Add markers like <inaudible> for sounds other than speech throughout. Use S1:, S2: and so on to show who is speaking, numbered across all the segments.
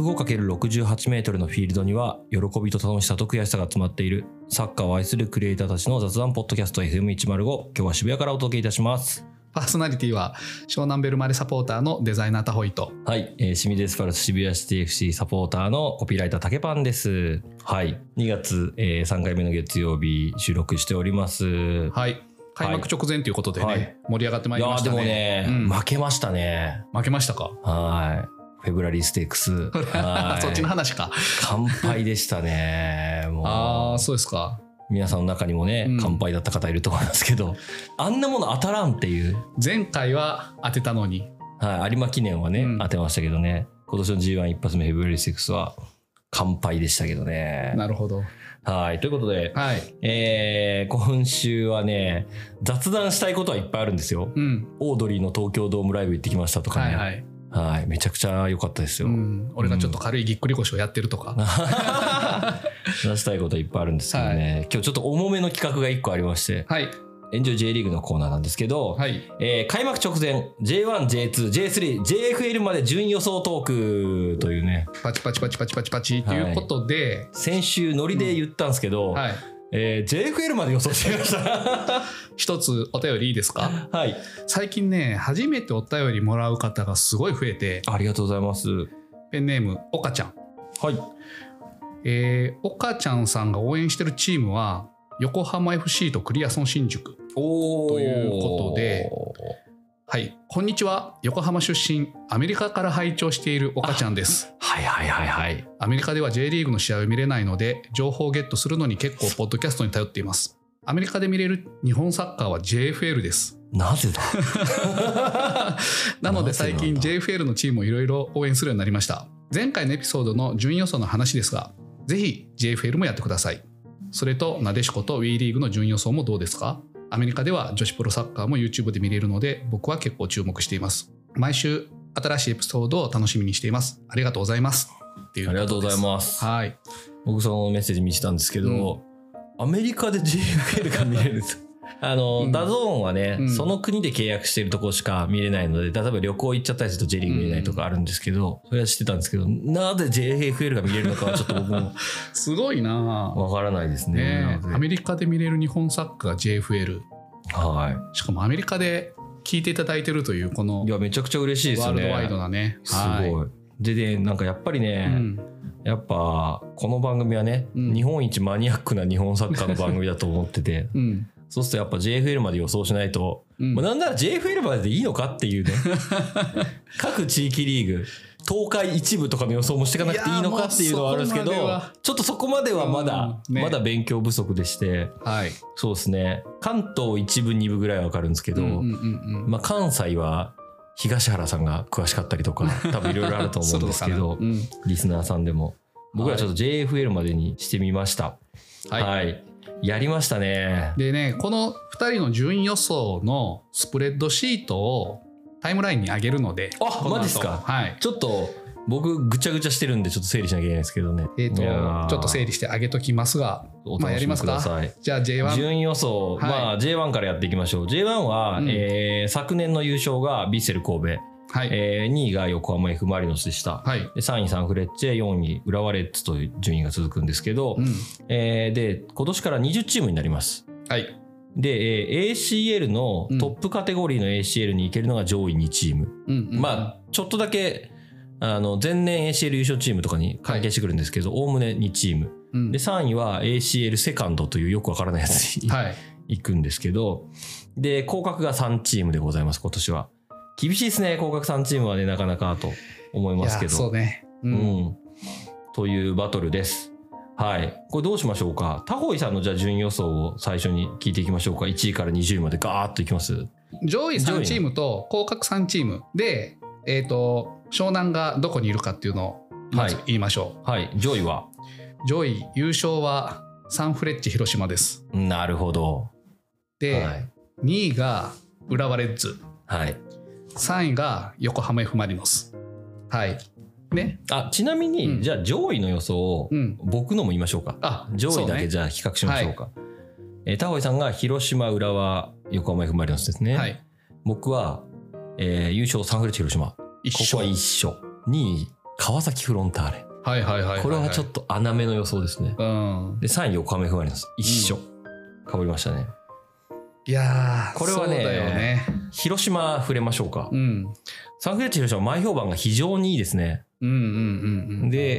S1: 105×68m のフィールドには喜びと楽しさと悔しさが詰まっているサッカーを愛するクリエイターたちの雑談ポッドキャスト FM105 今日は渋谷からお届けいたします
S2: パーソナリティは湘南ベルマレサポーターのデザイナータホイと
S1: はい、えー、清水エスパルス渋谷シティ FC サポーターのコピーライター竹パンですはい2月、え3回目の月曜日収録しております
S2: はい開幕直前ということでね、
S1: はい
S2: 盛り上がってまいりましたね
S1: いやーでもね、
S2: うん
S1: 負けましたね
S2: 負けましたか
S1: はいフェブラリーステークスはい
S2: <laughs> そっちの話か
S1: 乾杯でしたねもう
S2: ああそうですか
S1: 皆さんの中にもね、
S2: うん
S1: 乾杯だった方いると思いますけどあんなもの当たらんっていう、
S2: 前回は当てたのに
S1: はい、有馬記念はね、
S2: うん
S1: 当てましたけどね今年の G1 一発目フェブリーシックスは乾杯でしたけどね。
S2: なるほど
S1: はいということで、
S2: はい
S1: えー今週はね雑談したいことはいっぱいあるんですよ。
S2: うん
S1: オードリーの東京ドームライブ行ってきましたとか
S2: はい
S1: ね、
S2: はい、
S1: はいめちゃくちゃ良かったです
S2: う
S1: よ。
S2: ん、俺がちょっと軽いぎっくり腰をやってるとか、
S1: 話したいことはいっぱいあるんですけどね、今日ちょっと重めの企画が1個ありまして
S2: はい
S1: 「エンジョイ J リーグ」のコーナーなんですけど、
S2: はい
S1: えー開幕直前 J1、J2、J3、JFL まで順位予想トークというね
S2: パチパチパチパチパチパチということで、
S1: 先週ノリで言ったんですけど、
S2: はい
S1: えー JFL まで予想してみました <laughs>
S2: 一つお便りいいですか
S1: はい
S2: 最近ね初めてお便りもらう方がすごい増えて
S1: ありがとうございますは
S2: ペンネーム岡ちゃん
S1: い
S2: えー、岡ちゃんさんが応援してるチームは横浜 FC とクリアソン新宿
S1: おー
S2: ということではいこんにちは横浜出身アメリカから拝聴している岡ちゃんです
S1: はいはいはいはい
S2: アメリカでは J リーグの試合を見れないので情報をゲットするのに結構ポッドキャストに頼っていますアメリカで見れる日本サッカーは JFL です
S1: なぜ <laughs> だ
S2: <laughs> なので最近
S1: なぜ
S2: JFL のチームをいろいろ応援するようになりました前回のエピソードの順位予想の話ですがぜひ JFL もやってくださいそれとなでしこと WE リーグの順位予想もどうですかアメリカでは女子プロサッカーも YouTube で見れるので僕は結構注目しています毎週新しいエピソードを楽しみにしていますありがとうございますっていう
S1: ありがとうござい
S2: す
S1: ます
S2: はい
S1: 僕そのメッセージ見てたんですけど、アメリカで JFL が見れるんです <laughs> あの、
S2: うん
S1: ダゾーンはね、
S2: うん
S1: その国で契約してるとこしか見れないので例えば旅行行っちゃったりすると J リーグ見れないとかあるんですけど、それは知ってたんですけどなぜ JFL が見れるのかはちょっと僕 <laughs> も
S2: すごいなあ
S1: わからないですね
S2: ねえアメ
S1: リ
S2: リカで見れる日本サッカー JFL
S1: カは
S2: しかもアメリカで聞いていただいてるというこの
S1: いいやめちゃくちゃ嬉しいです
S2: ワ
S1: よ
S2: ール
S1: ね
S2: ドワイドなね。
S1: すごいででなんかやっぱり
S2: は
S1: ね
S2: い、うん
S1: やっぱこの番組はね、
S2: うん
S1: 日本一マニアックな日本サッカーの番組だと思って <laughs> て
S2: うん
S1: そうするとやっぱ JFL まで予想しないと
S2: うん
S1: まあ、なんなら JFL まででいいのかっていう
S2: <laughs>
S1: ね各地域リーグ東海一部とかの予想もしていかなくていいのかっていうのはあるんですけど
S2: いやーもうそこまでは
S1: ちょっとそこまではまだ、
S2: うんね
S1: まだ勉強不足でして
S2: はい。
S1: そうですね関東一部二部ぐらいは分かるんですけど、
S2: うんうんうんうん
S1: まあ、関西は東原さんが詳しかったりとか多分いろいろあると思うんですけど
S2: <laughs> そうかなうん
S1: リスナーさんでも僕らちょっと JFL までにしてみました
S2: はい
S1: はい、やりましたね
S2: でね、この2人の順位予想のスプレッドシートをタイムラインに上げるので、
S1: あ
S2: この後
S1: マジっすか
S2: はい。
S1: ちょっと僕ぐちゃぐちゃしてるんでちょっと整理しなきゃいけないですけどね。
S2: えっと
S1: いやー
S2: ちょっと整理して上げときますが、
S1: お
S2: まあ
S1: 楽
S2: や
S1: し
S2: り
S1: み
S2: ます
S1: く
S2: か
S1: ださい。
S2: じゃあ J1、
S1: 順位予想、
S2: はい
S1: まあ、J1 からやっていきましょう J1 は、
S2: うん
S1: えー昨年の優勝がヴィッセル神戸、
S2: はい、
S1: えー2位が横浜 F ・マリノスでした
S2: はい、
S1: で3位サンフレッチェ4位浦和レッズという順位が続くんですけど、
S2: うん、
S1: えーで今年から20チームになります
S2: はい、
S1: で、えー ACL のトップカテゴリーの ACL に行けるのが上位2チーム、
S2: うん、うん
S1: まあ、ちょっとだけあの前年 ACL 優勝チームとかに関係してくるんですけどおおむね2チーム
S2: うん
S1: で3位は ACL セカンドというよくわからないやつに
S2: はい、
S1: 行くんですけどで降格が3チームでございます今年は厳しいですね降格3チームはねなかなかと思い
S2: い
S1: ますけ
S2: や、
S1: ど
S2: そうね、う、
S1: うんん、というバトルですはいこれどうしましょうかタホイさんのじゃあ順位予想を最初に聞いていきましょうか1位から20位までガーッといきます
S2: 上位
S1: 上位
S2: 3
S1: ね
S2: チームと降格3チームで、えっ、と湘南がどこにいるかっていうのをまず
S1: はい
S2: 言いましょう。
S1: はい上位は
S2: 上位優勝はサンフレッチェ広島です。
S1: なるほど
S2: で、
S1: はい、
S2: 2位が浦和レッズ、
S1: はい、
S2: 3位が横浜 F ・マリノス。はい。ね。
S1: あちなみに、
S2: うん
S1: じゃあ上位の予想を
S2: うん。
S1: 僕のも言いましょうか、
S2: あ、
S1: 上
S2: そ
S1: 位
S2: う
S1: だけ
S2: ね
S1: じゃあ比較しましょうか、えータホイさんが広島浦和横浜 F ・マリノスですね、
S2: はい。
S1: 僕は、えー優勝サンフレッチェ広島こ
S2: 一
S1: こは
S2: 緒。
S1: 一緒2位川崎フロンターレ。
S2: はいはいはいはいい。
S1: これはちょっと穴目の予想ですね。
S2: うん。
S1: で、3位横浜 F ・マリノス。一緒。かぶりましたね。
S2: いやー
S1: これはね
S2: そうだよね。
S1: 広島触れましょうか。
S2: うん。
S1: サンフレッチェ広島、前評判が非常にいいですね。
S2: うんうんうんうん。、
S1: で、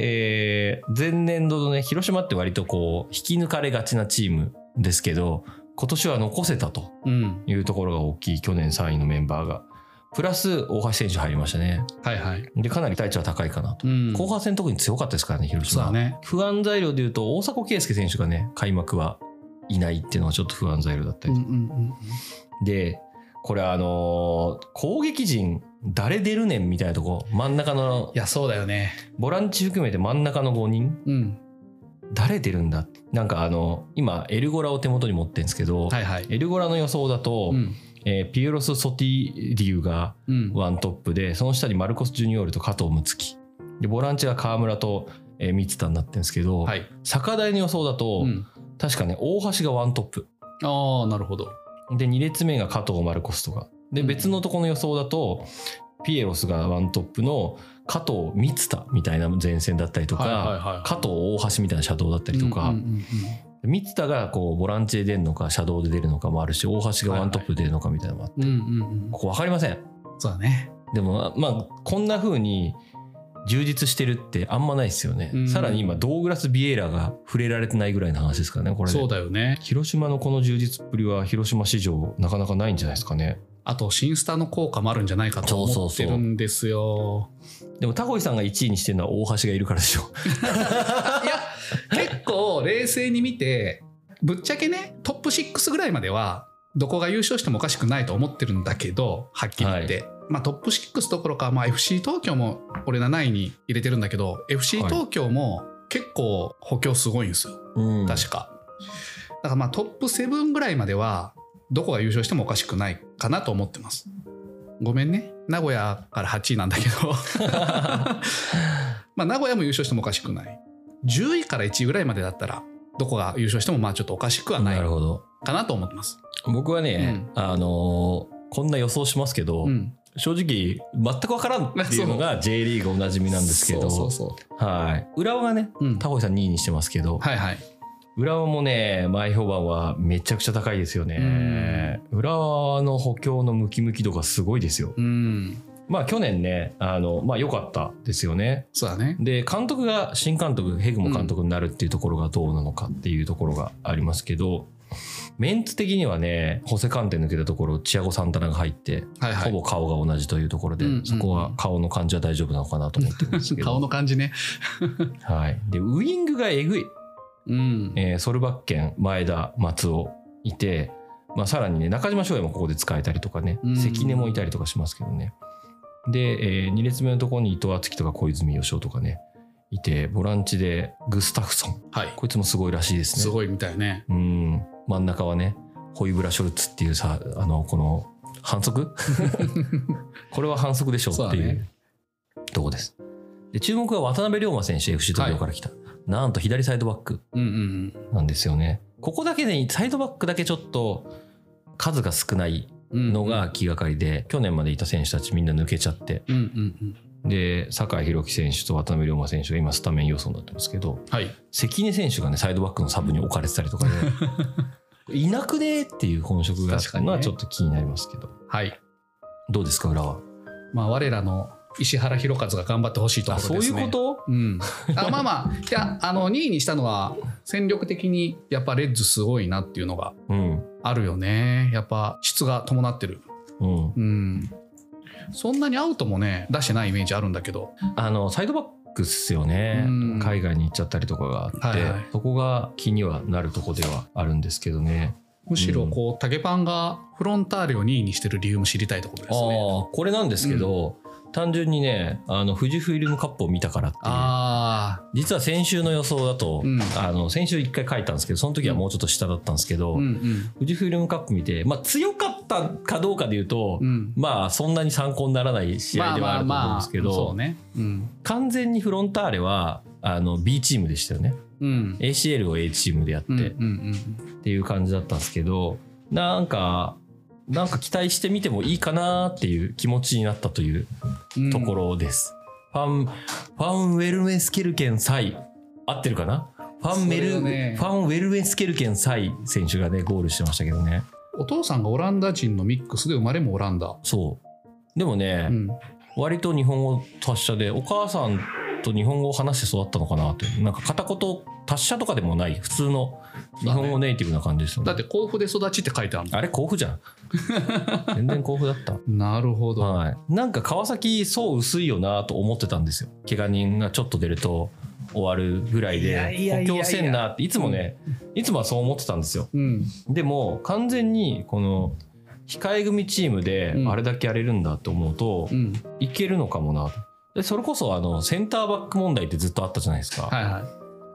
S1: えー前年度のね、広島って割とこう、引き抜かれがちなチームですけど、今年は残せたと
S2: うん。
S1: いうところが大きい、去年3位のメンバーが。プラス、大橋選手入りましたね。
S2: はいはい。
S1: で、かなり対値は高いかなと。
S2: うん。
S1: 後半戦特に強かったですからね、広
S2: そう
S1: 島。
S2: だね。
S1: 不安材料でいうと、大迫敬介選手がね、開幕はいないっていうのはちょっと不安材料だった
S2: うん
S1: り
S2: う。んうん。
S1: で、これあのー攻撃陣、誰出るねんみたいなとこ、真ん中の
S2: い、や、そうだよね。
S1: ボランチ含めて真ん中の5人。
S2: うん。
S1: 誰出るんだってなんかあの今エルゴラを手元に持ってるんですけど、
S2: はいはい。
S1: エルゴラの予想だと、
S2: うん。
S1: えーピエロス・ソティ・リュウが
S2: うん。
S1: ワントップでその下にマルコス・ジュニオールと加藤睦月でボランチが川村と、えー、三田になってるんですけど、
S2: はい。
S1: 坂大の予想だと、
S2: うん。
S1: 確かね大橋がワントップ
S2: ああ、なるほど。
S1: で2列目が加藤マルコスとかで
S2: うん
S1: 別のとこの予想だと、ピエロスがワントップの加藤三田みたいな前線だったりとか、
S2: はいはいはい。
S1: 加藤大橋みたいな車道だったりとか。
S2: うんうんうんうん
S1: 三田がこうボランチで出るのかシャドウで出るのかもあるし大橋がワントップで出るのかみたいなのもあって、
S2: うんうんうん
S1: ここ分かりません
S2: そうだね。
S1: でもまあこんな風に充実してるってあんまないですよね、
S2: うん
S1: さらに今ドーグラス・ビエイラが触れられてないぐらいの話ですからねこれで
S2: そうだよね。
S1: 広島のこの充実っぷりは広島史上なかなかないんじゃないですかね
S2: あと、新スタの効果もあるんじゃないかと思ってるんですよ。
S1: でもタコイさんが1位にしてるのは大橋がいるからでしょ
S2: いや、結構冷静に見て、ぶっちゃけね、トップ6ぐらいまでは、どこが優勝してもおかしくないと思ってるんだけど、はっきり言って。まあ、トップ6どころか、まあ、FC 東京も俺7位に入れてるんだけど、FC
S1: はい
S2: 東京も結構補強すごいんですよ。
S1: うん
S2: 確か。だからまあトップ7ぐらいまではどこが優勝してもおかしくないかなと思ってます。ごめんね。名古屋から8位なんだけ
S1: <laughs>
S2: ど。まあ名古屋も優勝してもおかしくない。10位から1位ぐらいまでだったらどこが優勝してもまあちょっとおかしくはない
S1: なるほど
S2: かなと思ってます。
S1: 僕はね、あのーこんな予想しますけど、
S2: うん。
S1: 正直全く分からんっていうのが J リーグおなじみなんですけど
S2: そうそうそ
S1: はい、浦和がね
S2: う。うん。
S1: タコイさん2位にしてますけど、
S2: はいはい。
S1: 浦和もね前評判はめちゃくちゃ高いですよね浦和の補強のムキムキ度がすごいですよ
S2: うん。
S1: まあ去年ねあのまあ良かったですよね
S2: そうだね。
S1: で監督が新監督ヘグモ監督になるっていうところがどうなのかっていうところがありますけど、メンツ的にはねホセカンテ抜けたところチアゴ・サンタナが入って
S2: はいは
S1: ほ
S2: い。
S1: ぼ顔が同じというところで、
S2: うんうんうん
S1: そこは顔の感じは大丈夫なのかなと思ってるんですけど
S2: 顔の感じね。
S1: はい、でウイングがえぐい、
S2: うん。
S1: えーソルバッケン前田松尾いて、まあ、さらにね中島翔也もここで使えたりとかね
S2: うん
S1: 関根もいたりとかしますけどねで、え2列目のところに伊藤敦樹とか小泉義雄とかねいてボランチでグスタフソン
S2: はい。
S1: こいつもすごいらしいですね
S2: すごいみたいね。
S1: うん真ん中はねホイブラ・ショルツっていうさあのこの反
S2: <laughs>
S1: 則これは反則でしょうってい
S2: そうだ
S1: うとこですで注目は渡辺龍馬選手 FC 東京から来た、なんと左サイドバック
S2: うんうん
S1: なんですよねここだけねサイドバックだけちょっと数が少ない
S2: うん。うん
S1: の、が気がかりで、去年までいた選手たちみんな抜けちゃって
S2: うんうんうん。
S1: で酒井宏樹選手と渡辺龍馬選手が今スタメン予想になってますけど
S2: はい。
S1: 関根選手がねサイドバックのサブに置かれてたりとかで
S2: <laughs>
S1: いなくねーっていう本職があっ
S2: 確か
S1: た
S2: に
S1: の
S2: ね
S1: はちょっと気になりますけど、
S2: はい。
S1: どうですか裏は
S2: まあ、我らの石原宏和が頑張ってほしいと
S1: あそ
S2: ころ
S1: う
S2: で
S1: い
S2: す
S1: う
S2: ね。
S1: こ
S2: うことうん、あまあまあいやあの2位にしたのは戦力的にやっぱレッズすごいなっていうのが
S1: うん
S2: あるよねやっぱ質が伴ってる、
S1: うん
S2: うん、そんなにアウトもね出してないイメージあるんだけど
S1: あのサイドバックっすよね、
S2: うん
S1: 海外に行っちゃったりとかがあって、
S2: はいはい
S1: そこが気にはなるとこではあるんですけどね
S2: むしろこうタケパンがフロンターレを2位にしてる理由も知りたいところですね。
S1: ああこれなんですけど、単純にねあの富士フイルムカップを見たからっていう
S2: あ
S1: 実は先週の予想だと、
S2: うん
S1: あの先週一回書いたんですけどその時はもうちょっと下だったんですけど、
S2: ーうんうん
S1: 富士フイルムカップ見て、まあ、強かったかどうかで言うと、
S2: うん
S1: まあそんなに参考にならない試合ではあると思うんですけど、
S2: そうねうん
S1: 完全にフロンターレはあの B チームでしたよね
S2: うん
S1: ACL を A チームでやって、
S2: うんうん
S1: っ
S2: うん
S1: ていう感じだったんですけどなんかなんか期待してみてもいいかなっていう気持ちになったという
S2: うん
S1: ところです、ファン、ファンウェルメスケルケンイ合ってるかなファンメ
S2: それ
S1: ル、
S2: をね
S1: ファンウェルメスケルケンイ選手がね、ゴールしてましたけどね。
S2: お父さんがオランダ人のミックスで生まれもオランダ、
S1: そう。でもね、
S2: うん、
S1: 割と日本語達者で、お母さんと日本語を話して育ったのかなって。なんか片言達者とかでもない、普通の日本語ネイティブな感じですよ
S2: だ
S1: ね
S2: っ。て甲府で育ちって書いてある
S1: あれ甲府じゃ
S2: <laughs>
S1: ん。全然甲府だった。
S2: なるほど、
S1: はい、なんか川崎そう薄いよなと思ってたんですよ怪我人がちょっと出ると終わるぐらい
S2: いやいやいや
S1: で
S2: いや
S1: 補強せんなっていつもね、いつもはそう思ってたんですよ
S2: うん、
S1: でも完全にこの控え組チームで
S2: うん
S1: あれだけやれるんだと思うと、
S2: うん、
S1: いけるのかもなとでそれこそあのセンターバック問題ってずっとあったじゃないですか、
S2: はいはい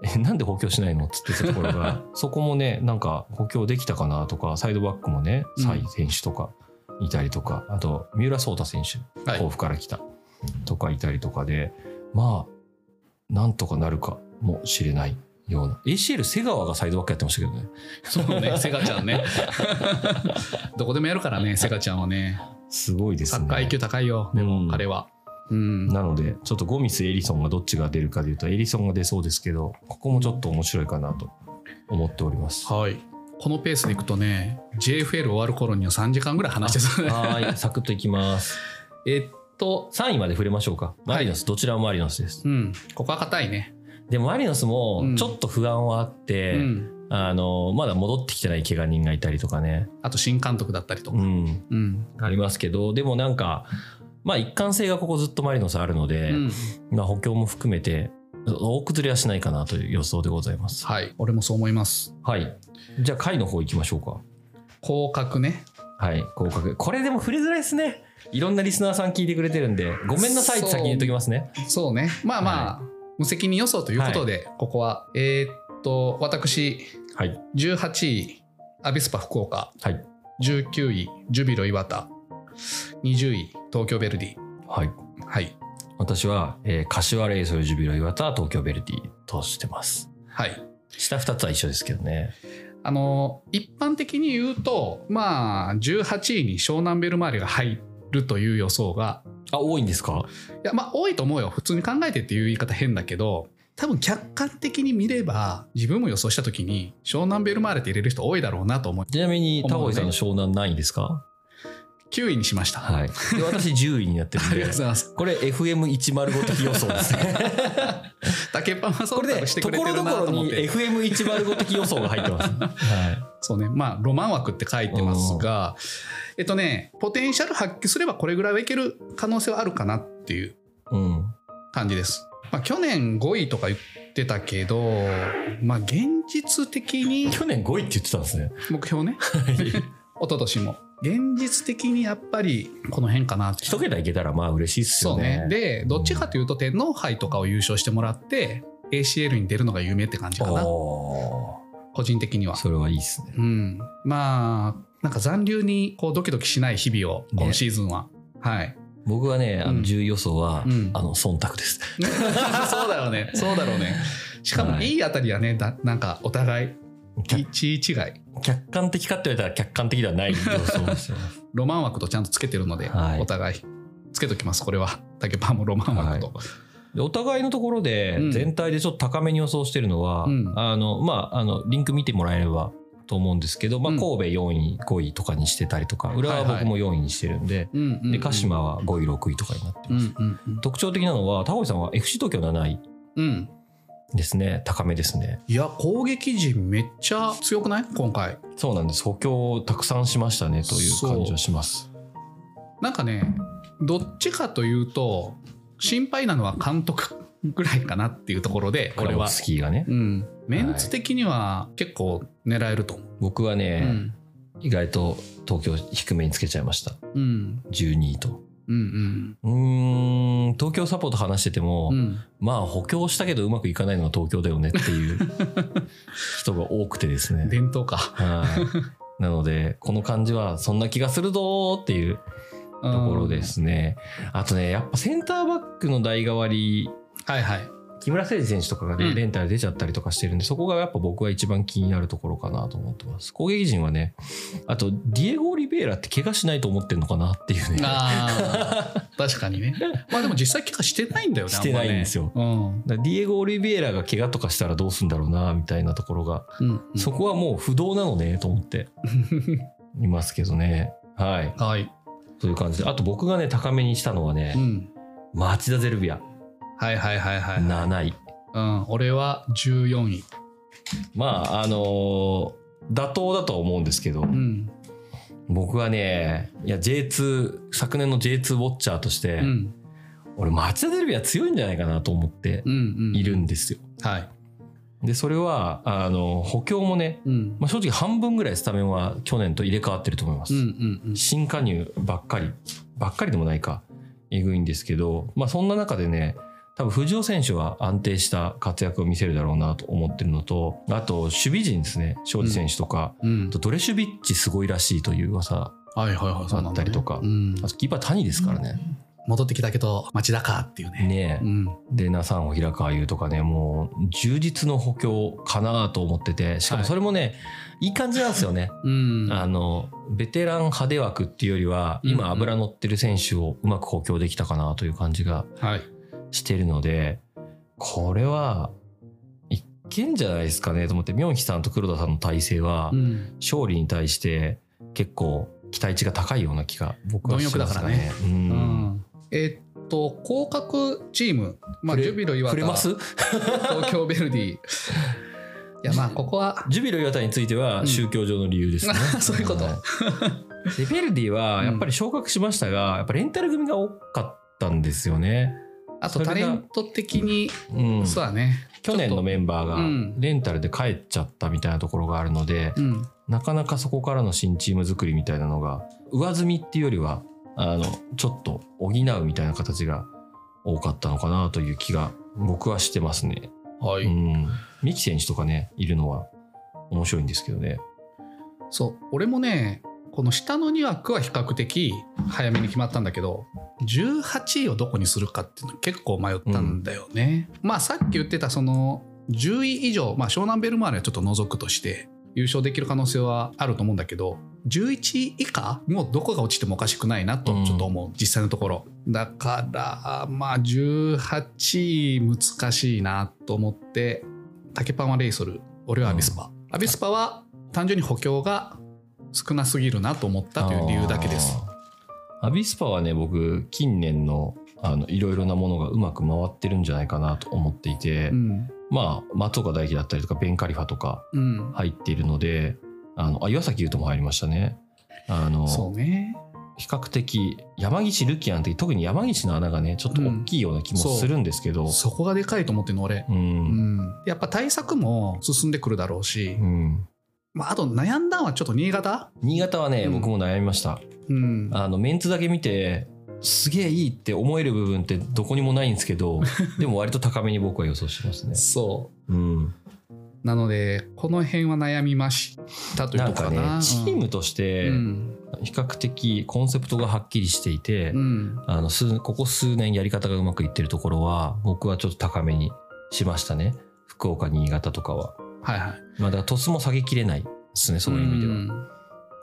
S1: えなんで補強しないのっつってたところがそこもねなんか補強できたかなとかサイドバックもね
S2: うん
S1: サイ選手とかいたりとか、あと三浦颯太選手
S2: はい
S1: 甲府から来たとかいたりとかでまあなんとかなるかもしれないような ACL 瀬川がサイドバックやってましたけどね
S2: そう <laughs> ね、セガちゃんね。どこでもやるからね、セガちゃんはね。
S1: すごいです
S2: サ
S1: ね
S2: ッカー IQ 高いよ、で
S1: う
S2: も
S1: ん
S2: 彼は。うん。
S1: なのでちょっとゴミスエリソンがどっちが出るかでいうとエリソンが出そうですけどここもちょっと面白いかなと思っております。
S2: はい。このペースでいくとね、JFL 終わる頃には3時間ぐらい話してそうね。
S1: はーいサクッといきます
S2: えっと、
S1: 3位まで触れましょうか。マリノス、どちらもマリノスです。
S2: <laughs> うん、ここは硬いね。
S1: でもマリノスも
S2: うん
S1: ちょっと不安はあって、
S2: うん。
S1: あのまだ戻ってきてない怪我人がいたりとかね、
S2: あと新監督だったりと
S1: う
S2: か。
S1: ん、
S2: うん。
S1: ありますけどでもなんか、まあ、一貫性がここずっとマリノスあるの
S2: う
S1: で、
S2: ん。
S1: まあ、補強も含めて大崩れはしないかなという予想でございます。
S2: はい。俺もそう思います。
S1: はい、じゃあ下位の方行きましょうか。
S2: 降格ね。
S1: はい、合格これでも触れづらいですね。いろんなリスナーさん聞いてくれてるんでごめんなさいって先に言っときますね。
S2: そうね。まあまあ、無責任予想ということで、ここは。えっと、私、
S1: はい、
S2: 18位、アビスパ福岡。
S1: はい、
S2: 19位ジュビロ磐田20位東京ヴェルデ
S1: はい
S2: ィはい
S1: 私は、えー柏レイソルジュビロ磐田東京ベルディとしてます
S2: はい
S1: 下2つは一緒ですけどね
S2: あの一般的に言うとまあ18位に湘南ベルマーレが入るという予想が
S1: あ多いんですか
S2: いやまあ多いと思うよ普通に考えてっていう言い方変だけど多分客観的に見れば自分も予想した時に湘南ベルマーレって入れる人多いだろうなと思い
S1: ちなみに
S2: 思
S1: タ
S2: うね
S1: オイさんの湘南何位ですか
S2: 9位にしました、
S1: はいで私10位になってるん
S2: あり
S1: で
S2: がとうございま
S1: <laughs>
S2: す
S1: これ FM105 的予想ですね
S2: 竹パンはそ
S1: <laughs> こ
S2: う
S1: れ
S2: だ
S1: で
S2: として
S1: と
S2: くれ
S1: こ
S2: て
S1: ろ
S2: る
S1: ど
S2: な
S1: ことろ
S2: 思っ
S1: に
S2: て
S1: FM105 的予想が入ってます、 <laughs> は
S2: そうね、まあ、ロマン枠って書いてますが、えっとね、ポテンシャル発揮すればこれぐらいはいける可能性はあるかなっていう
S1: い、うん
S2: 感じです。まあ、去年5位とか言ってたけど、まあ、現実的に、
S1: 去年5位って言ってたんですね
S2: 目標ね、一昨年も。現実的にやっぱりこの辺かなって。
S1: 一桁いけたらまあ嬉しいっす
S2: そ
S1: よ
S2: うね
S1: ね。
S2: で、どっちかというと天皇杯とかを優勝してもらって、ACL に出るのが夢って感じかな、
S1: お
S2: 個人的には
S1: ー。それはいいっすね
S2: うん、まあなんか残留にこうドキドキしない日々を
S1: ね
S2: 今シーズンは、はい、
S1: 僕はねあ
S2: うん
S1: の10位予想は、
S2: うん
S1: あの忖度です
S2: <laughs> そうだよねそうだろうねしかも
S1: はい
S2: いいあたりはねだなんかお互い一位違い
S1: 客観的かって言われたら客観的ではない予想ですよね。 <laughs>
S2: ロマン枠とちゃんとつけてるので、
S1: はい
S2: お互いつけときますこれは竹パンもロマン枠と、
S1: でお互いのところで
S2: うん
S1: 全体でちょっと高めに予想してるのは、
S2: うん
S1: あのまああのリンク見てもらえればと思うんですけど、まあ、
S2: うん
S1: 神戸4位5位とかにしてたりとか浦和は
S2: はいはい
S1: 僕も4位にしてるんで,、
S2: うんうんうん
S1: で鹿島は5位6位とかになって
S2: う
S1: ます、
S2: んうんうん
S1: 特徴的なのはタコさんは FC 東京7位
S2: うん
S1: ですね高めですね
S2: いや攻撃陣めっちゃ強くない今回
S1: そうなんです補強をたくさんしましたねという感じはします
S2: なんかねどっちかというと心配なのは監督ぐらいかなっていうところで
S1: これ
S2: 俺
S1: は
S2: は
S1: スキーがね
S2: うん、メンツ的には結構狙えると思う。
S1: 僕は
S2: う
S1: ね、
S2: ん
S1: 意外と東京低めにつけちゃいました
S2: うん
S1: 12位と
S2: うん
S1: うーん東京サポート話してても、
S2: うんうん
S1: まあ補強したけどうまくいかないのは東京だよねっていう
S2: <laughs>
S1: 人が多くてですね。
S2: 伝統か。 <laughs>
S1: はい。なので、この感じはそんな気がするぞーっていう
S2: と
S1: ところで。すね。あとね、やっぱセンターバックの代替わり
S2: はいはい。
S1: 木村誠二選手とかがね、
S2: うん
S1: レンタル出ちゃったりとかしてるんで、そこがやっぱ僕は一番気になるところかなと思ってます。攻撃陣はね、あと、ディエゴ・オリベイラって怪我しないと思ってんのかなっていうね。
S2: ああ確かにね <laughs> まあでも実際怪我してないんだよね
S1: してないんですよ
S2: あんまね
S1: だからディエゴ・オリベイラが怪我とかしたらどうすんだろうな、みたいなところが、
S2: うん、うんうん
S1: そこはもう不動なのね、と思
S2: <laughs>
S1: っていますけどね。はい。
S2: はい、
S1: そういう感じで。あと僕がね、高めにしたのはね
S2: う、ん、
S1: 町田ゼルビア、
S2: はいはいはいはい、
S1: 7位。
S2: うん、俺は14位
S1: まあ、あのー妥当だとは思うんですけど、
S2: うん
S1: 僕はね、いや、J2、昨年の J2 ウォッチャーとし
S2: う
S1: て、
S2: ん
S1: 俺、町田ゼルビア強いんじゃないかなと思って
S2: うんうん
S1: いるんですよ。
S2: はい
S1: で、それは、あの、補強もね、
S2: うん
S1: まあ、正直半分ぐらいスタメンは去年と入れ替わってると思いま
S2: う
S1: す。
S2: んうんうん
S1: 新加入ばっかり、ばっかりでもないか、えぐいんですけど、まあ、そんな中でね、多分藤尾選手は安定した活躍を見せるだろうなと思ってるのと、あと、守備陣ですね、庄司選手とか、
S2: うん
S1: あとドレシュビッチすごいらしいという噂、
S2: はいはいはいそうな
S1: あ
S2: んだ、ね、
S1: ったりとか
S2: うん、
S1: あとキーパー谷ですからね。
S2: 戻ってきたけど町田かっていうね
S1: ねえ
S2: うん
S1: で、ナサンホ、平川優とかね、もう充実の補強かなと思ってて、しかもそれもね、いい感じなんですよね。
S2: うん
S1: あの、ベテラン派手枠っていうよりは、
S2: うん
S1: 今
S2: うん
S1: 油乗ってる選手をうまく補強できたかなという感じが
S2: はい
S1: してるので、これは、いけんじゃないですかねと思って、ミョンヒさんと黒田さんの体制は
S2: う、ん
S1: 勝利に対して結構期待値が高いような気が僕はしますかね。う
S2: うん
S1: ん
S2: えーっと降格チーム、ま
S1: 触
S2: あ、
S1: れ
S2: ジュビロ岩
S1: 触
S2: 田
S1: れます
S2: 東京ベル
S1: <laughs>
S2: ディいやまあここは
S1: ジュビロ磐田については
S2: うん
S1: 宗教上の理由ですね。
S2: <laughs> そういうこと
S1: はでヴェルディはやっぱり昇格しましたが、やっぱレンタル組が多かったんですよね。
S2: あ
S1: そ
S2: と
S1: れが
S2: タレント的に
S1: うん、
S2: そうだね
S1: 去年のメンバ
S2: う
S1: ー
S2: ん
S1: がレンタルで帰っちゃったみたいなところがあるので、
S2: うん
S1: なかなかそこからの新チーム作りみたいなのが上積みっていうよりはあのちょっと補うみたいな形が多かったのかなという気が僕はしてますね。
S2: はい、
S1: うん、ミキ選手とかねいるのは面白いんですけどね。
S2: そう俺もねこの下の2枠は比較的早めに決まったんだけど18位をどこにするかっていうの結構迷ったんだよね、まあさっき言ってたその10位以上、まあ、湘南ベルマーレはちょっと除くとして優勝できる可能性はあると思うんだけど11位以下もうどこが落ちてもおかしくないなとちょっと思う、実際のところだからまあ18位難しいなと思って竹パンはレイソル俺はアビスパ、アビスパは単純に補強が少なすぎるなと思ったという理由だけです
S1: あー。アビスパはね僕近年のあのいろいろなものがうまく回ってるんじゃないかなと思っていて、
S2: うん
S1: まあ松岡大樹だったりとかベン・カリファとか
S2: うん
S1: 入っているのであのあ岩崎優斗も入りましたね。あの
S2: そうね
S1: 比較的山岸ルキアンって特に山岸の穴がねちょっと大きいような気もするんですけど、
S2: そこがでかいと思ってんの俺、
S1: う
S2: うんんやっぱ対策も進んでくるだろうし
S1: う、ん
S2: まあ、あと悩んだのはちょっと新潟、
S1: 新潟はね、
S2: うん
S1: 僕も悩みました
S2: うん、
S1: あのメンツだけ見てすげえいいって思える部分ってどこにもないんですけ
S2: <laughs>
S1: どでも割と高めに僕は予想してますね。
S2: そ
S1: うん、
S2: うなのでこの辺は悩みましたという
S1: な
S2: と
S1: ん
S2: こ
S1: か
S2: か
S1: ね
S2: な
S1: チームとし
S2: う
S1: て
S2: ん
S1: 比較的コンセプトがはっきりしていて、
S2: うん
S1: あの数ここ数年やり方がうまくいってるところは僕はちょっと高めにしましたね福岡新潟とかは。
S2: はいはい
S1: まあ、だから鳥栖も下げきれないですねそういう意味では。
S2: ん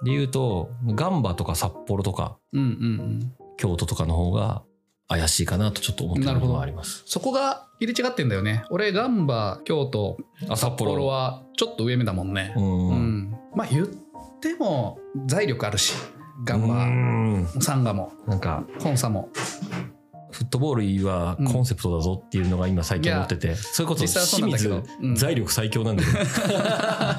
S1: で言うとガンバとか札幌とか
S2: うんうん
S1: 京都とかの方が怪しいかなとちょっと思ってる
S2: な
S1: の
S2: るほど
S1: もあります。
S2: そこが入れ違ってんだよね俺ガンバ京都
S1: あ札
S2: フォロワーちょっと上目だもんね、
S1: うん
S2: うんまあ言っても財力あるしガン
S1: う
S2: バ
S1: ん
S2: サンガも
S1: なんか
S2: コンサも
S1: フットボールはコンセプトだぞっていうのが今最近思ってて、それこそ
S2: 実際はそう
S1: 清
S2: なんだけ
S1: 水
S2: どうん
S1: 財力最強なんだよね
S2: <laughs>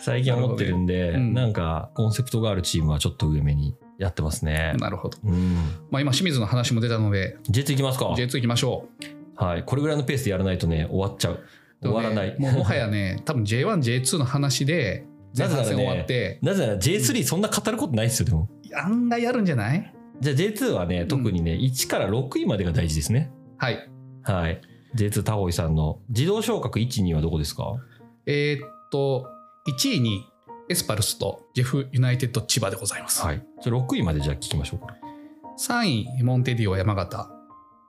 S1: 最近思ってるんで
S2: なるほどねうん
S1: なんかコンセプトがあるチームはちょっと上目にやってますね。
S2: なるほど、
S1: うん、
S2: まあ、今清水の話も出たので
S1: J2 いきますか、
S2: J2 行きましょう
S1: はい、これぐらいのペースでやらないとね終わっちゃう
S2: で
S1: 終
S2: も
S1: わ
S2: ね
S1: らない。
S2: もうもは
S1: <laughs>
S2: やね多分 J1J2 の話で前半戦終わって、
S1: なぜなら J3 そんな語ることないですよ、でも。
S2: 案外やるんじゃない
S1: じゃあ J2 はね、特にね、1から6位までが大事ですね。
S2: はい
S1: はい。J2 タホイさんの自動昇格1、2はどこですか
S2: えーっと1位にエスパルスとジェフユナイテッド千葉でございます、
S1: はい。じゃあ6位までじゃあ聞きましょうか。
S2: 3位モンテディオ山形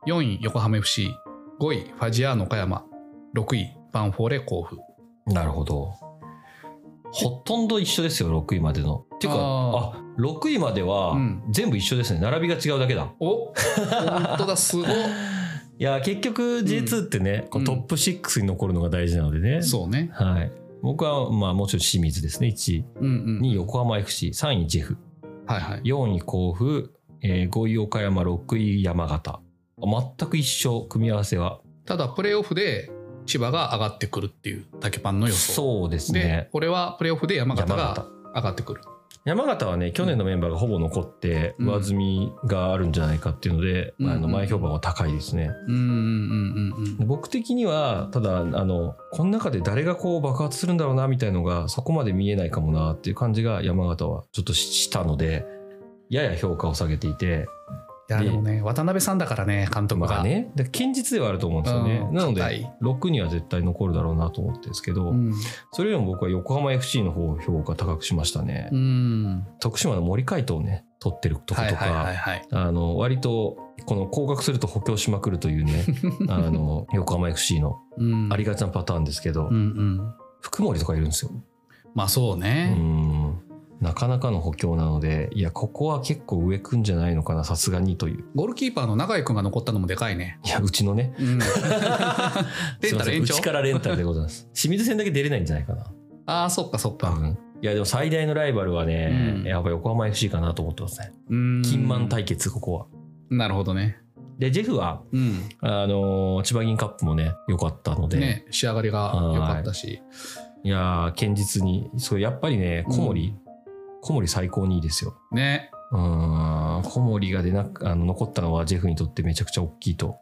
S2: 4位横浜 FC 5位ファジアーノ岡山6位バンフォーレ甲府
S1: なるほど。ほとんど一緒ですよ、6位までの。っていうか、
S2: あ
S1: あ6位までは
S2: うん
S1: 全部一緒ですね、並びが違うだけだ。
S2: お本当だすごっ
S1: <laughs> いや、結局 J2 ってね、こう
S2: うん
S1: トップ6に残るのが大事なのでね。
S2: そうね
S1: はい。僕は、まあ、もちろん清水ですね、1位。
S2: うんうん
S1: 2位、横浜 FC。3位、ジェフ。
S2: はいはい
S1: 4位、甲府。えー5位、岡山。6位、山形。全く一緒、組み合わせは。
S2: ただプレーオフで千葉が上がってくるっていう竹パンの予想
S1: そうです
S2: で
S1: ね。
S2: 俺はプレーオフで山形
S1: 山
S2: が
S1: 形
S2: 上がってくる
S1: 山形はね去年のメンバーがほぼ残って
S2: うん
S1: 上積みがあるんじゃないかっていうので、
S2: うん
S1: あの前評判は高いですね、
S2: うんうんうんうん
S1: で僕的にはただあのこの中で誰がこう爆発するんだろうなみたいのがそこまで見えないかもなっていう感じが山形はちょっとししたのでやや評価を下げていて
S2: いや
S1: で
S2: でもね渡辺さんだからね監督が、
S1: まあねで堅実ではあると思うんですよね
S2: うん
S1: なの
S2: 硬
S1: で
S2: い
S1: 6には絶対残るだろうなと思ってるんですけど、
S2: うん、
S1: それよりも僕は横浜 FC の方を評価高くしましたね、
S2: うん、
S1: 徳島の森海斗をね取ってるとことか、
S2: はいはいはいはい
S1: あの割とこの降格すると補強しまくるという
S2: <laughs>
S1: ねあの横浜 FC の
S2: うん
S1: ありがちなパターンですけど、
S2: うんうん
S1: 福森とかいるんですよ、
S2: まあそう
S1: う
S2: ね、
S1: んなかなかの補強なのでいやここは結構上くんじゃないのかなさすがにという
S2: ゴールキーパーの永井君が残ったのもでかいね、
S1: いやうちのね
S2: うん <laughs> レン
S1: すいま
S2: タ
S1: せん
S2: ル延
S1: う
S2: 長
S1: ちからレンタルでございます
S2: <laughs>
S1: 清水戦だけ出れないんじゃないかな
S2: ああそっかそっ
S1: 多
S2: か、
S1: 分いやでも最大のライバルはね、
S2: うん
S1: やっぱ横浜 FC かなと思ってますね
S2: うん、
S1: 金満対決ここは
S2: なるほどね
S1: でジェフは
S2: うん
S1: あの千葉銀カップもね良かったので、
S2: ね仕上がりが良かったし
S1: いやー堅実にそうやっぱりね小森、小森最高にいいですよ
S2: ね
S1: うーん小森が出なくあの残ったのはジェフにとってめちゃくちゃ大きいと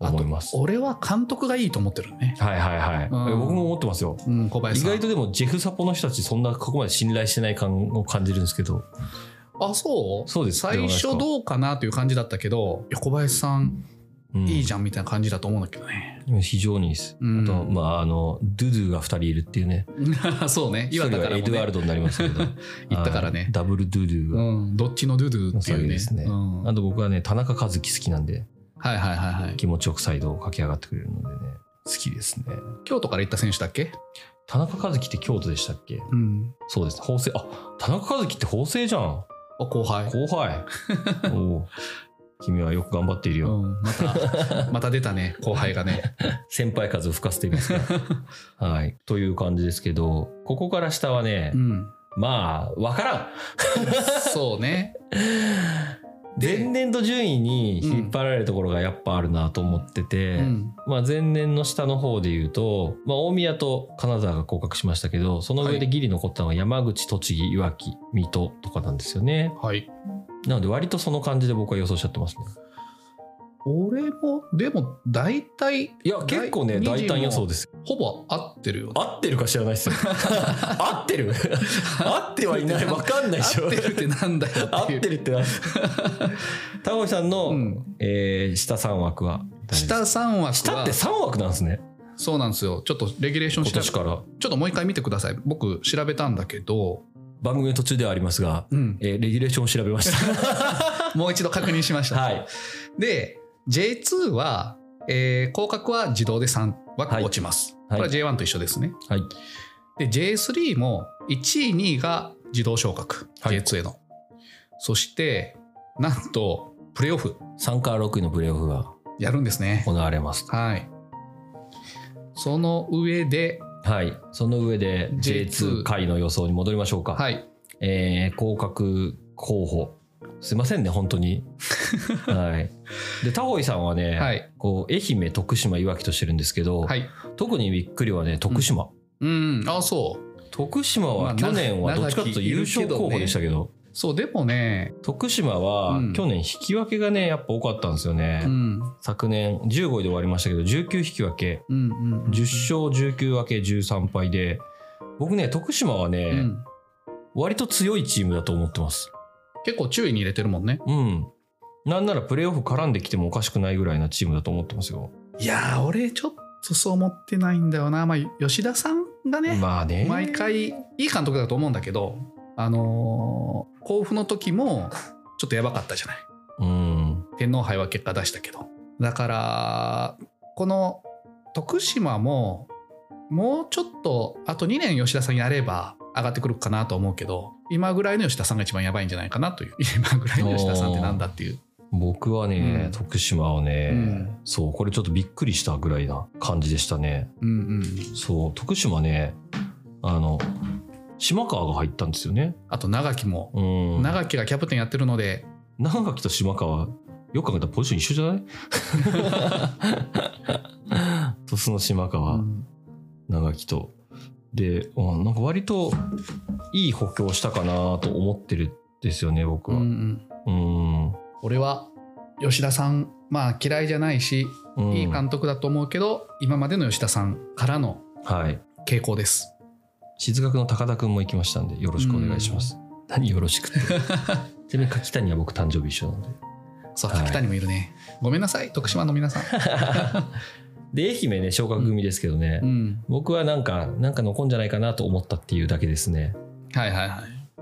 S1: 思います
S2: 俺は監督がいいと思ってるね、
S1: はいはいはい
S2: うん
S1: 僕も思ってますよ
S2: うん、小林
S1: 意
S2: さん
S1: 外とでもジェフサポの人たちそんなここまで信頼してない感を感じるんですけど
S2: あそう
S1: そうです
S2: 最初どうかなという感じだったけどいや小林さんいいじ
S1: ゃ
S2: ゃんみたいな感じだと思うんだけどね、
S1: ん非常にいいです
S2: うん
S1: あとまああのドゥドゥが2人いるっていうね
S2: <laughs> そうね
S1: 一
S2: 岩
S1: 人
S2: 田
S1: は
S2: から
S1: エ
S2: も、
S1: ドワ
S2: ね
S1: ルドになりま
S2: <laughs>
S1: したけど
S2: 行ったからね
S1: あーダブルドゥドゥが、
S2: うん、どっちのドゥドゥっていうね
S1: そうですね
S2: うんは
S1: あ
S2: い
S1: と僕はね田中和樹好きなんで
S2: はいはいはい
S1: 気持ちよくサイドを駆け上がってくれるのでね好きですね
S2: 京都から行った選手だっけ、
S1: 田中和樹って京都でしたっけ
S2: うん、
S1: そうですね法政あ田中和樹って法政じゃん
S2: あ後輩
S1: 後
S2: <laughs>
S1: 輩おう君はよく頑張っているよ、
S2: うん、ま
S1: <laughs>
S2: たまた出たね後輩がね
S1: 先輩風を吹かせていますから
S2: <laughs>
S1: はいという感じですけどここから下はね、
S2: うん
S1: まあわからん
S2: <laughs> そうね
S1: 前年度順位に引っ張られるところがやっぱあるなと思ってて、
S2: うん
S1: まあ、前年の下の方で言うと、まあ、大宮と金沢が降格しましたけどその上
S2: は
S1: で
S2: い
S1: ギリ残ったのは山口栃木いわき水戸とかなんですよね
S2: はい
S1: なので割とその感じで僕は予想しちゃってますね
S2: 俺もでも大体
S1: いや結構ね
S2: 大
S1: 大胆
S2: 20
S1: 予想です
S2: ほぼ合ってるよね
S1: 合ってるか知らないで
S2: <laughs>
S1: すよ合ってる合ってはいないわかんないでしょ
S2: 合ってるってなんだよ
S1: 合っ
S2: っていう
S1: てるってなタモリさんの、
S2: うん
S1: えー下3枠は
S2: 下3枠
S1: 下っ
S2: は
S1: て3枠なんですね
S2: そうなんですよちょっとレギュレーション
S1: 今
S2: 調べ
S1: 年
S2: ちょ
S1: から
S2: っともう一回見てください僕調べたんだけど、
S1: 番組の途中ではありますが、えーレギュレーションを調べまし
S2: もう一度確認しました
S1: <laughs>
S2: た、
S1: はい
S2: で J2 は、えー降格は自動で3枠
S1: はい
S2: 落ちます、
S1: はい
S2: これは J1 と一緒ですね
S1: はい
S2: で J3 も1位2位が自動昇格、
S1: はい
S2: J2 へのそしてなんとプレーオフ
S1: 3から6位のプレーオフが
S2: やるんですね
S1: 行われますと
S2: はいその上で
S1: はいその上で
S2: J2
S1: J2 回の予想に戻りましょうか、
S2: はい
S1: えー降格候補すいませんね本当
S2: <laughs>
S1: にはいでタホイさんはね、
S2: はい
S1: こう愛媛徳島いわきとしてるんですけど、
S2: はい
S1: 特にびっくりはね徳島、
S2: うんあそう
S1: 徳島
S2: ま
S1: は
S2: あ
S1: 去年は
S2: 長
S1: どっちかというと
S2: 長きい
S1: 優
S2: るけどね
S1: 勝候補でしたけど
S2: そうでもね
S1: 徳島は
S2: うん
S1: 去年引き分けがねやっぱ多かったんですよね、
S2: うん
S1: 昨年15位で終わりましたけど19引き分け
S2: うんうんうん
S1: 10勝19分け13敗で僕ね徳島はね、
S2: うん
S1: 割と強いチームだと思ってます
S2: 結構注意に入れてるもんね
S1: うんなんならプレーオフ絡んできてもおかしくないぐらいなチームだと思ってますよ
S2: いやー俺ちょっとそう思ってないんだよなまあ吉田さんがね、
S1: まあね
S2: 毎回いい監督だと思うんだけどあのー甲府の時もちょっとやばかったじゃない
S1: うん
S2: 天皇杯は結果出したけどだからこの徳島ももうちょっとあと2年吉田さんやれば上がってくるかなと思うけど今ぐらいの吉田さんが一番やばいんじゃないかなという <laughs> 今ぐらいの吉田さんってなんだっていう
S1: 僕はね、
S2: うん
S1: 徳島はね、
S2: うん
S1: そうこれちょっとびっくりしたぐらいな感じでしたね
S2: うんうん
S1: そう徳島ねあの島川が入ったんですよね
S2: あと長木も
S1: うん
S2: 長木がキャプテンやってるので
S1: 長木と島川よく考えたらポジション一緒じゃない <laughs> 鳥栖の島川、
S2: うん
S1: 長木とで、うん、なんか割といい補強をしたかなと思ってるんですよね僕
S2: うん
S1: は
S2: う
S1: うんん
S2: 俺は吉田さんまあ嫌いじゃないし
S1: うん
S2: いい監督だと思うけど今までの吉田さんからの
S1: はい
S2: 傾向です
S1: 静学の高田君も行きましたんでよろしくお願いします、何よろしくって
S2: <laughs>
S1: ちなみに柿谷は僕誕生日一緒なんで
S2: そう
S1: はい
S2: 柿谷もいるね、ごめんなさい徳島の皆さん、
S1: <laughs> で愛媛ね昇格組ですけどね、
S2: うん、
S1: 僕はなんかなんか残んじゃないかなと思ったっていうだけですね
S2: はいはいはい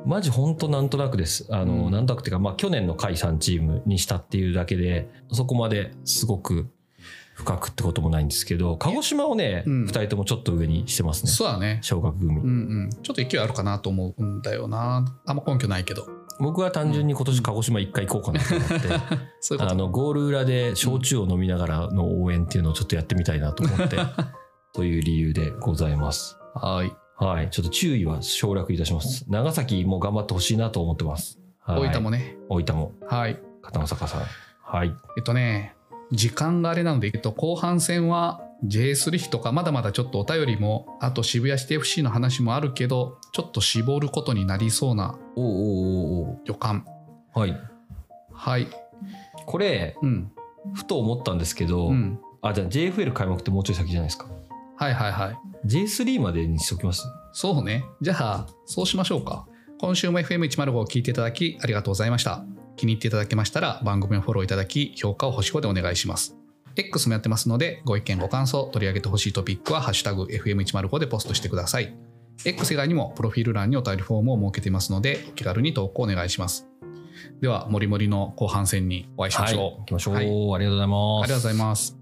S1: マジ本当なんとなくです。あの、
S2: うん
S1: なんとなくっていうか、まあ去年の下位3チームにしたっていうだけで、そこまですごく深くってこともないんですけど、鹿児島をね、
S2: う
S1: 二
S2: ん
S1: 2人ともちょっと上にしてますね。
S2: そうだね
S1: 昇格組、
S2: うんうん、ちょっと勢いあるかなと思うんだよなあんま根拠ないけど
S1: 僕は単純に今年鹿児島1回行こうかなと思って、
S2: <laughs> そういうこ
S1: あ
S2: と
S1: の、ゴール裏で焼酎を飲みながらの応援っていうのをちょっとやってみたいなと思って、 <laughs> という理由でございます。
S2: はい
S1: はい。ちょっと注意は省略いたします。長崎も頑張ってほしいなと思ってます。はい
S2: 大分。もね
S1: 大分も。
S2: はい
S1: 片野坂さん。はい。
S2: えっとね時間があれなので、えっと、後半戦は J3 比とかまだまだちょっとお便りもあと渋谷市 FC の話もあるけどちょっと絞ることになりそうな
S1: おおおお
S2: 予感
S1: はい。
S2: はい
S1: これ、
S2: うん
S1: ふと思ったんですけど、
S2: うん
S1: あ、じゃあ JFL 開幕ってもうちょい先じゃないですか。
S2: はいはいはい
S1: J3 までにしておきます。
S2: そうね。じゃあ、そうしましょうか。今週も FM105 を聞いていただきありがとうございました。気に入っていただけましたら番組をフォローいただき評価を星5でお願いします。X もやってますのでご意見ご感想取り上げてほしいトピックは「ハッシュタグ #FM105」でポストしてください。X 以外にもプロフィール欄にお便りフォームを設けていますのでお気軽に投稿お願いします。では、もりもりの後半戦にお会いしましょう。
S1: 行きましょう、
S2: はい
S1: ありがとうござい
S2: あ
S1: ま
S2: りがと
S1: す
S2: うご。ざいます。